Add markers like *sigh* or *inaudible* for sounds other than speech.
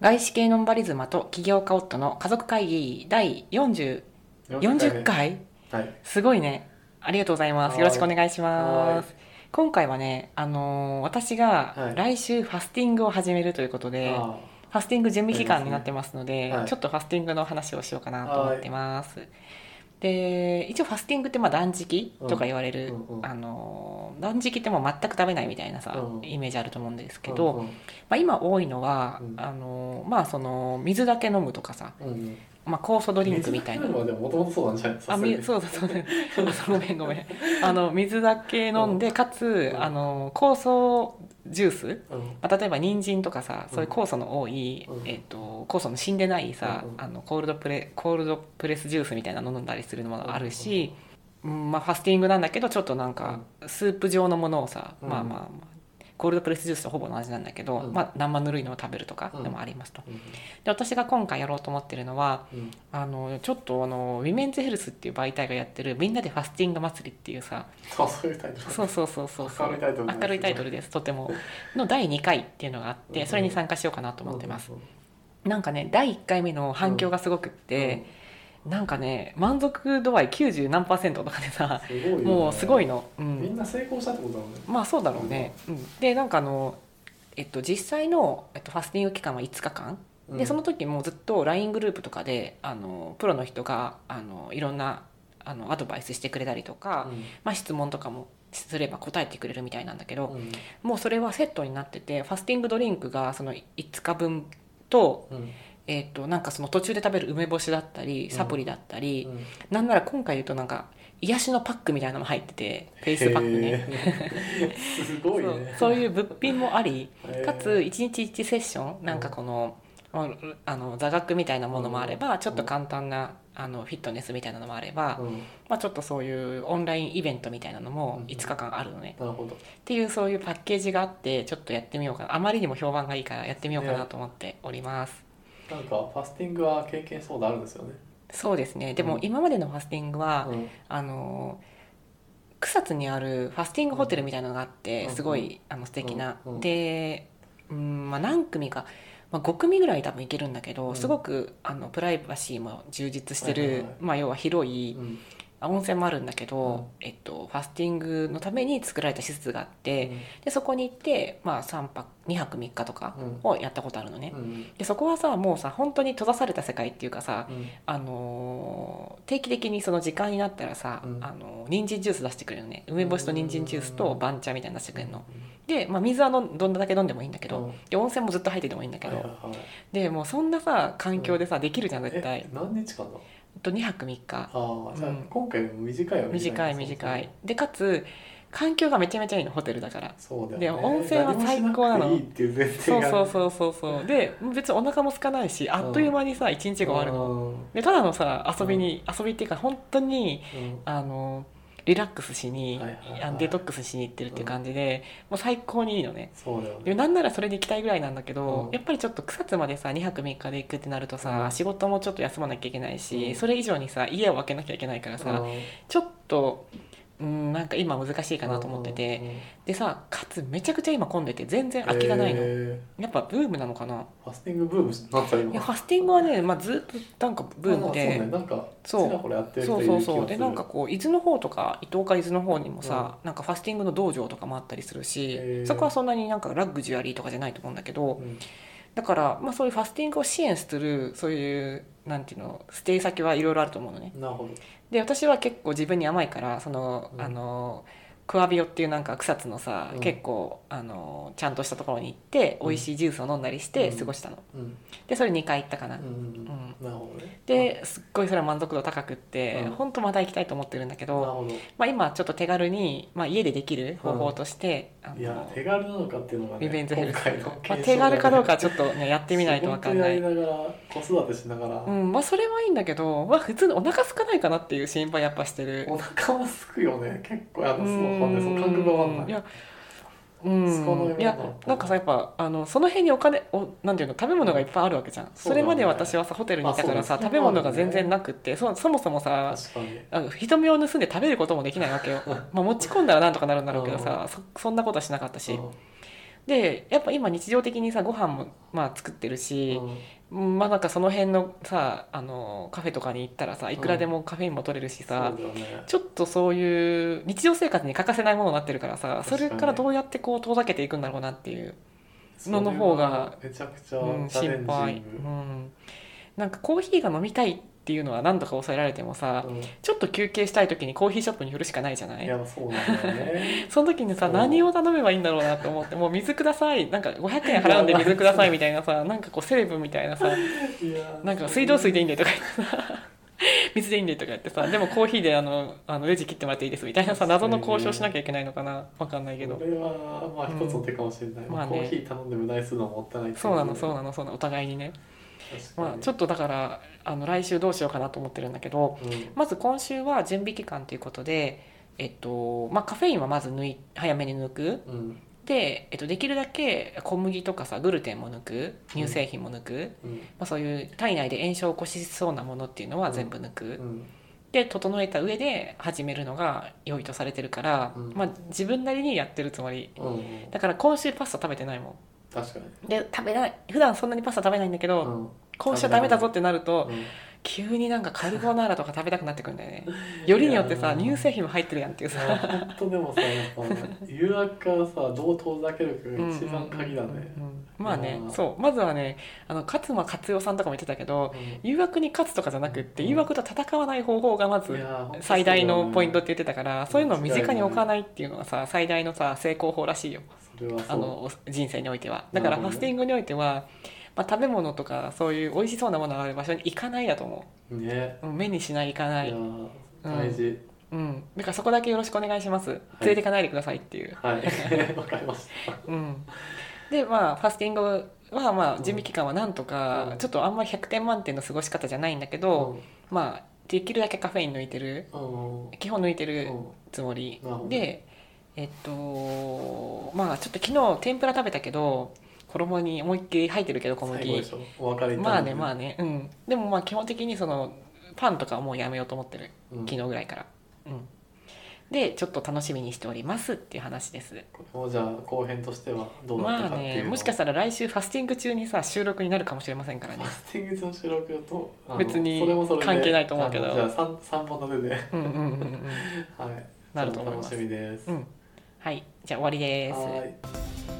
外資系ノンバリズマと起業家夫の家族会議第40 40回はいすごいねありがとうございまはすいよろしくお願いしまはす今回はね、あのー私はがい来週ファスティングを始めるということで、あファスティング準備期間になってますのではいちょっとファスティングの話をしようかなと思ってます、で一応ファスティングってまあ断食とか言われる、うんうんうんあのー断食ってもう全く食べないみたいなさ、うんイメージあると思うんですーけど、まあ、今多いのは、うんあのまあその水だけ飲むとかさ、うんうんうんまあ、酵素ドリンクみたいな水だけ飲むのはでももともとそうなんじゃないですかあみそうそうそうあそうごめんごめんあの水だけ飲んでかつうんあの酵素ジュースうんまあ例えば人参とかさそういう酵素の多い、うんえっと酵素の死んでないさ、うんあのコールドプレコールドプレスジュースみたいなの飲んだりするのもあるし、うんまあ、ファスティングなんだけどちょっとなんかスープ状のものをさ、うんまあまあ、まあ、コールドプレスジュースとほぼ同じなんだけど、うんまあ、生ぬるいのを食べるとかうんでもありますと。うんで私が今回やろうと思ってるのはうんあのちょっとあのウィメンズヘルスっていう媒体がやってる「みんなでファスティング祭り」っていうさあそういうタイトルそうそうそうそうそう明るいタイトルですね明るいタイトルですとてもの第2回っていうのがあってそれに参加しようかなと思ってますうんなんかね第1回目の反響がすごくって、なんかね満足度合い90何パーセントとかでさすごいよねもうすごいの、うみんん、な成功したってことなのねまあそうだろうね、うん、でなんかあのえっと実際の、えっと、ファスティング期間は5日間うでんその時もうずっと LINE グループとかであのプロの人があのいろんなあのアドバイスしてくれたりとか、うんまあ、質問とかもすれば答えてくれるみたいなんだけど、うんもうそれはセットになっててファスティングドリンクがその5日分と,、うんえー、となんかその途中で食べる梅干しだったりうんサプリだったり、うんなんなら今回言うとなんか癒しのパックみたいなのも入っててフェイスパックね。へーすごいねそうそういう物品もありへーかつ1日1セッションなんかこのああの座学みたいなものもあればちょっと簡単なあのフィットネスみたいなのもあれば、うんまあ、ちょっとそういうオンラインイベントみたいなのもうん5日間あるのね、なるほどっていうそういうパッケージがあってちょっとやってみようかなあまりにも評判がいいからやってみようかなと思っております、なんかファスティングは経験したことあるんですよねそうですねでうもん今までのファスティングは、うんあの草津にあるファスティングホテルみたいなのがあって、うんすごいあの素敵な、うんうんで、うんまあ、何組か、まあ、5組ぐらい多分行けるんだけど、うんすごくあのプライバシーも充実してる、はいはいはいまあ、要は広い、うん温泉もあるんだけど、えっと、ファスティングのために作られた施設があって、でそこに行って、まあ、3泊2泊3日とかうんをやったことあるのね、うんでそこはさもうさ本当に閉ざされた世界っていうかさ、うんあのー定期的にその時間になったらさ、うんあのー人参ジュース出してくれるのね梅干しと人参ジュースうんうんとうん番茶みたいなの出してくれるの、で、まあ、水はのどんだけ飲んでもいいんだけど、うんで温泉もずっと入っててもいいんだけはいど、はいはいでもうそんなさ環境でさ、できるじゃん絶対、ええ何日間だっと、2泊3日ああじゃあうん今回も短いは短い短いでかつ環境がめちゃめちゃいいのホテルだ *laughs* からそうだよねで温泉は最高なの何もしくていいっていう前そ提うがそうそうそうそうで別にお腹も空かないしあっという間にさ一日が終わるののでただのさ遊びに遊びっていうか本当にあのリラックスしにはいはいはいあのデトックスしに行ってるっていう感じでもう最高にいいのねそうだよでねなんならそれで行きたいぐらいなんだけど、うんやっぱりちょっと草津までさ2泊3日で行くってなるとさ、うん仕事もちょっと休まなきゃいけないし、うんそれ以上にさ家を空けなきゃいけないからさ、ちょっとうんなんか今難しいかなと思ってて、でさかつめちゃくちゃ今混んでて全然空きがないの、のやっぱブームなのかなファスティングブームになったいや今ファスティングはね、まあ、ずっとなんかブームあそうねでなんかそうちらほらやってるそ人ういるそうそう気がすでるなんかこう伊豆の方とか伊東か伊豆の方にもさ、なんかファスティングの道場とかもあったりするしへーそこはそんなになんかラグジュアリーとかじゃないと思うんだけどうんだから、まあ、そういうファスティングを支援するそういうなんていうのステイ先はいろいろあると思うのねなるほどで私は結構自分に甘いからその、うんあのクワビオっていうなんか草津のさ、うん結構あのちゃんとしたところに行ってうん美味しいジュースを飲んだりしてうん過ごしたの、うんでそれ2回行ったかな、うんうんんなるほどねですっごいそれは満足度高くって、うんほんとまた行きたいと思ってるんだけあなど、るほまあ、今ちょっと手軽に、まあ、家でできる方法として、あどいやの手軽なのかっていうのがねリベンズヘルス今回の検ま証だあ、ね手軽かどうかはちょっとねやってみないと分かんない仕事やりながら子育てしながら、うんまあそれはいいんだけど、まあ、普通にお腹空かないかなっていう心配やっぱしてるお腹はすくよね結構あのそうんうなんでその感覚がわかんないいやうそこのようんないやなんかさやっぱあのその辺にお金おなんていうの食べ物がいっぱいあるわけじゃんそ,、そうだれよねまで私はさホテルにいたからまあそさ、うです食べ物が全然なくってそそもそもさ確かにあの人目を盗んで食べることもできないわけよまあ持ち込んだらなんとかなるんだろうけどさ、そそんなことはしなかったし、うんでやっぱ今日常的にさご飯もまあ作ってるし、うんまあなんかその辺のさあのカフェとかに行ったらさいくらでもカフェインも取れるしさ、そうだよねちょっとそういう日常生活に欠かせないものになってるからさそ確かれにからどうやってこう遠ざけていくんだろうなっていう、のの方がそれはめちゃくちゃうん、チャレ心配、ンジングうん、なんかコーヒーが飲みたいっていうのは何度か抑えられてもさ、うんちょっと休憩したい時にコーヒーショップに振るしかないじゃないいやそうなんだ *laughs* よねその時にさそう何を頼めばいいんだろうなと思ってもう水くださいなんか500円払うんで水くださいみたいなさなんかこうセレブみたいなさいやなんか水道水でいいんでとか言ってさ水でいいんでとか言ってさでもコーヒーであのあのレジ切ってもらっていいですみたいなさ謎の交渉しなきゃいけないのかなわかんないけどこれはまあ一つの手かもしれない、うんまあねコーヒー頼んで無駄にするのはもったいないそうなのそうなののそうなのお互いにね、確かに、まあ、ちょっとだからあの来週どうしようかなと思ってるんだけどうん、まず今週は準備期間ということで、えっとまあ、カフェインはまず抜い早めに抜くうんで、えっと、できるだけ小麦とかさグルテンも抜く乳製品も抜く、うんまあ、そういう体内で炎症を起こしそうなものっていうのは全部抜く、うんで整えた上で始めるのが良いとされてるから、うんまあ、自分なりにやってるつもりうんだから今週パスタ食べてないも確かに、んで食べない普段そんなにパスタ食べないんだけど、うん今週はダメだぞってなると、うん急になんかカルボナーラとか食べたくなってくるんだよねよりによってさいやー乳製品も入ってるやんっていういさや本当でもさやっ *laughs* ぱ誘惑からさどう遠ざけるかが一番鍵だねうんうんうんうんまあねうんそうまずはねあの勝間勝代さんとかも言ってたけどうん誘惑に勝つとかじゃなくってうん誘惑と戦わない方法がまずいや本当そうだよね最大のポイントって言ってたからそういうのを身近に置か間ないっていうのがさ最大のさ成功法らしいよそれはそあうの人生においてはだからなフるほどねァスティングにおいては、まあ、食べ物とかそういう美味しそうなものがある場所に行かないだと思ねううん目にしない行かないいや、大事、うん、だからそこだけよろしくお願いします連れて行かないでくださいっていう、はい *laughs* わかりましたうん、でまあファスティングはまあうん準備期間はなんとか、うんちょっとあんまり100点満点の過ごし方じゃないんだけど、まあできるだけカフェイン抜いてるうんうん基本抜いてうるんつもりなるほどでえっとまあちょっと昨日天ぷら食べたけど衣に思いっきり入ってるけど小最後で麦しょお別れ行ったのにまあねまあねうんでもまあ基本的にそのパンとかはもうやめようと思ってるうん昨日ぐらいからうんでちょっと楽しみにしておりますっていう話ですこれもじゃあ後編としてはどうなまったあかっていうねのをもしかしたら来週ファスティング中にさ収録になるかもしれませんからフ *laughs* ねァスティングの収録とあの別にそれもそれで関係ないと思うけどあのじゃあ三三本立てで *laughs* はいうんうんうんうんなると思います楽しみですうんはいじゃあ終わりですはーい